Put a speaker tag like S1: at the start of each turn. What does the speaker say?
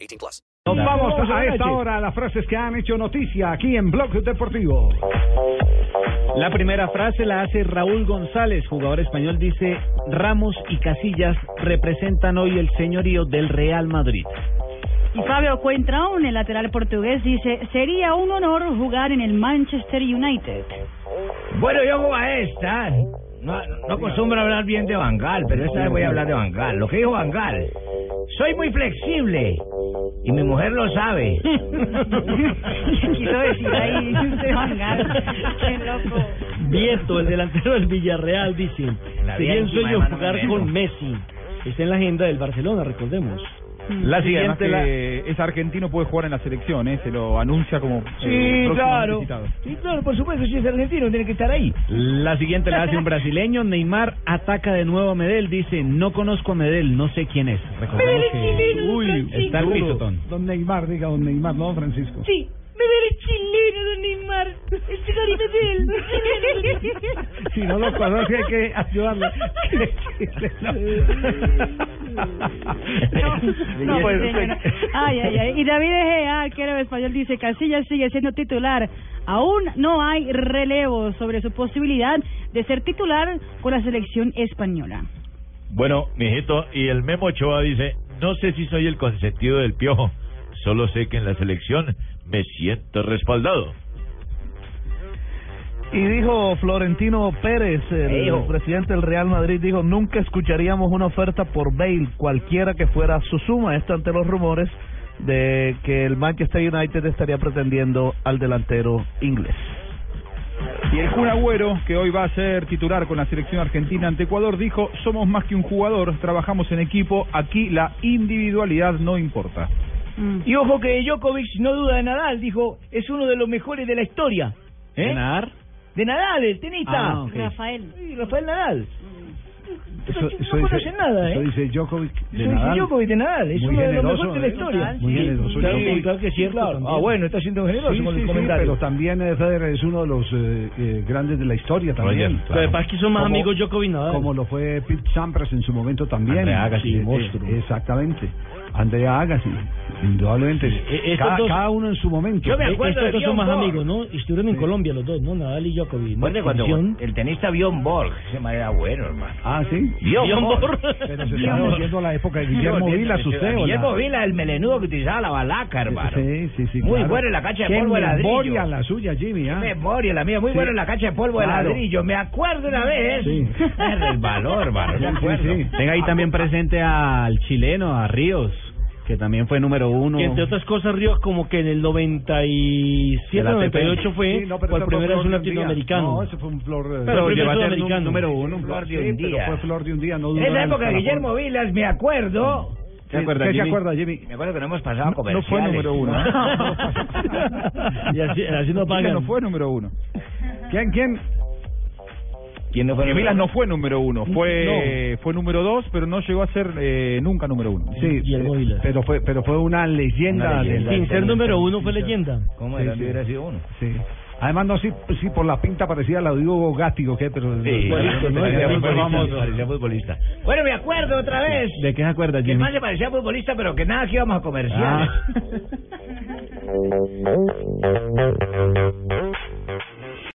S1: 18 plus.
S2: Nos vamos a esta hora a las frases que han hecho noticia aquí en Blog Deportivo.
S3: La primera frase la hace Raúl González, jugador español, dice, Ramos y Casillas representan hoy el señorío del Real Madrid.
S4: Y Fabio Coentrao, el lateral portugués, dice, sería un honor jugar en el Manchester United.
S5: Bueno, yo voy a esta. No, no acostumbro a hablar bien de Bangal, pero esta vez voy a hablar de Bangal. Lo que dijo Bangal. Soy muy flexible. Y mi mujer lo sabe.
S4: Quiso decir ahí, usted Bangal. Qué loco.
S3: Vieto, el delantero del Villarreal, dice,
S5: La
S3: si
S5: bien
S3: bien
S5: encima de
S3: sueño
S5: Manu
S3: jugar
S5: Moreno".
S3: con Messi. Está en la agenda del Barcelona, recordemos.
S6: La siguiente
S3: la-
S6: es argentino, puede jugar en la selección, ¿eh? se lo anuncia como. eh, próximo visitado.
S5: Sí, claro, por supuesto, si es argentino, tiene que estar ahí.
S3: La siguiente la hace un brasileño, Neymar ataca de nuevo a Medel, dice, no conozco a Medel, no sé quién es.
S6: eh,
S3: Recordemos
S4: Medel es chileno,
S3: Uy,
S4: Francisco.
S3: está el pisotón.
S2: Don Neymar, diga don Neymar, no Francisco.
S4: Sí, me veré chileno, don Neymar. Es chileno de él.
S2: Si no lo conoce hay que ayudarle.
S4: No, no, señora. Ay, ay, ay. Y David Egea, arquero español, dice, Casillas sigue siendo titular. Aún no hay relevo sobre su posibilidad de ser titular con la selección española.
S7: Bueno, mijito, y el Memo Ochoa dice, no sé si soy el consentido del piojo, solo sé que en la selección me siento respaldado.
S8: Y dijo Florentino Pérez, el
S5: Hijo.
S8: presidente del Real Madrid, dijo, nunca escucharíamos una oferta por Bale, cualquiera que fuera su suma, esto ante los rumores de que el Manchester United estaría pretendiendo al delantero inglés.
S6: Y el Kun Agüero, que hoy va a ser titular con la selección argentina ante Ecuador, dijo: Somos más que un jugador, trabajamos en equipo, aquí la individualidad no importa.
S5: Y ojo que Djokovic no duda de Nadal, dijo, es uno de los mejores de la historia.
S3: ¿Eh? ¿Neymar?
S5: De Nadal, el tenista.
S3: Ah, ok.
S4: Rafael.
S5: Sí, Rafael Nadal.
S2: Eso- eso
S5: no
S2: dice-
S5: conocen nada, ¿eh?
S2: Eso dice Djokovic de
S5: Soy
S2: Nadal.
S5: Djokovic de Nadal, es
S2: Muy
S5: uno de los
S2: generoso,
S5: mejores de la
S2: ¿eh?
S5: historia.
S2: Muy
S5: Sí,
S2: generoso,
S5: claro,
S2: Djokovic.
S5: claro que sí, claro.
S2: también.
S5: Ah, bueno, está siendo generoso
S2: Sí,
S5: con
S2: sí,
S5: los
S2: sí, pero
S5: comentarios.
S2: también eh, Federer es uno de los eh, eh, grandes de la historia también.
S7: Roger, claro. Lo que pasa
S3: es que son más
S2: Como-
S3: amigos Djokovic y Nadal.
S2: Como lo fue Pete Sampras en su momento también.
S7: Andrea Agassi,
S2: Eh, eh,
S7: monstruo.
S2: Exactamente. Andrea Agassi, indudablemente.
S3: eh, estos
S2: cada,
S3: dos-
S2: cada uno en su momento.
S5: Yo me
S3: Eh,
S5: acuerdo de
S3: Estos dos son
S5: Bjorn
S3: más
S5: Borg.
S3: amigos, ¿no? Y Estuvieron en Colombia los dos, ¿no? Nadal y Djokovic. ¿no?
S5: Acuérdate cuando
S3: Función.
S5: el tenista Bjorn Borg, ese man era bueno, hermano.
S2: Ah, sí.
S3: Bjorn Borg.
S2: Pero se está volviendo a la época de Guillermo Vilas, usted. ¿o
S5: Guillermo
S2: la-
S5: Vila, el melenudo que utilizaba la balaca, hermano.
S2: Sí, sí, sí.
S5: Muy
S2: claro.
S5: bueno en la cancha de
S2: Qué
S5: polvo de ladrillo.
S2: memoria la suya, Jimmy. ¿ah?
S5: Memoria, la mía, muy
S2: Sí.
S5: bueno en la cancha de polvo
S2: Claro.
S5: de ladrillo. Me acuerdo una vez.
S2: Sí.
S5: Era el valor, hermano, me
S2: Sí, sí,
S5: acuerdo.
S2: sí.
S3: Tenga ahí también presente al chileno, a Ríos, que también fue número uno. entre otras cosas, Ríos como que en el 97, 98 fue
S2: Sí, no, pero
S3: por
S2: eso
S3: primera
S2: fue
S3: vez
S2: flor
S3: un
S2: de día.
S3: latinoamericano.
S2: No, ese fue un flor. eh,
S3: Pero
S2: flor
S3: llegó a
S2: de
S3: ser
S2: un
S3: número
S2: número
S3: uno,
S2: uno.
S5: flor de
S2: Sí,
S5: un
S2: pero
S5: día.
S2: fue flor de un día, no duró
S5: En la
S2: nada
S5: época de
S2: hasta la
S5: Guillermo Vilas, me acuerdo.
S2: ¿Te acuerdas, ¿Qué se acuerda, Jimmy?
S5: Me acuerdo que no hemos
S6: No,
S5: pasado
S6: no fue
S5: comerciales.
S6: número uno.
S2: ¿eh?
S3: y así, así no
S6: Vilas
S3: pagan.
S6: no fue número uno.
S2: ¿Quién, quién?
S5: ¿Quién no fue
S6: Que
S5: número
S6: Vilas
S5: uno?
S6: no fue número uno, fue, fue número dos, pero no llegó a ser eh, nunca número uno.
S2: Sí,
S3: Guillermo
S2: eh,
S3: Vilas.
S2: pero fue, pero fue una leyenda.
S5: Una
S2: del-
S5: leyenda. Sin ser número
S3: uno fue leyenda.
S5: ¿Cómo
S2: Sí,
S5: era
S2: sí.
S5: que hubiera sido uno?
S2: Sí. Además, no, sí, sí, por la pinta parecía la de Hugo Gático, ¿qué? Pero,
S5: Futbolista,
S2: pero-
S5: ¿no? Parecía
S2: pero-
S5: futbolista,
S2: vamos-
S5: parecía futbolista. Bueno, me acuerdo otra vez.
S3: ¿De qué se acuerda,
S5: Que
S3: Jimmy?
S5: más se parecía futbolista, pero que nada, que íbamos a comerciales.
S3: Ah.